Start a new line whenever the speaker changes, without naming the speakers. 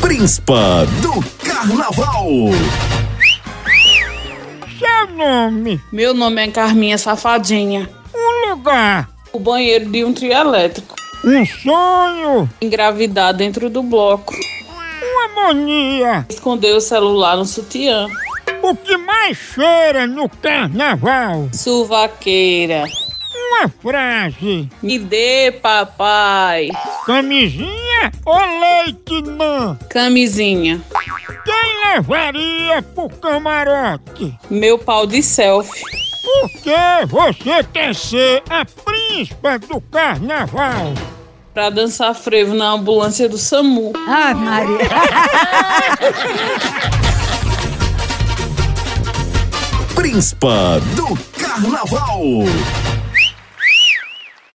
Crinspa do Carnaval.
Seu nome,
Meu nome é Carminha Safadinha.
um lugar,
O banheiro de um trio elétrico.
um sonho,
Engravidar dentro do bloco.
uma mania.
Esconder o celular no sutiã.
O que mais cheira no carnaval?
Suvaqueira.
Uma frase,
Me dê, papai.
camisinha ou leite não?
Camisinha.
Quem levaria pro camarote?
Meu pau de selfie.
Por que você quer ser a príncipa do carnaval?
Pra dançar frevo na ambulância do SAMU.
Ai, Maria.
Príncipa do Carnaval.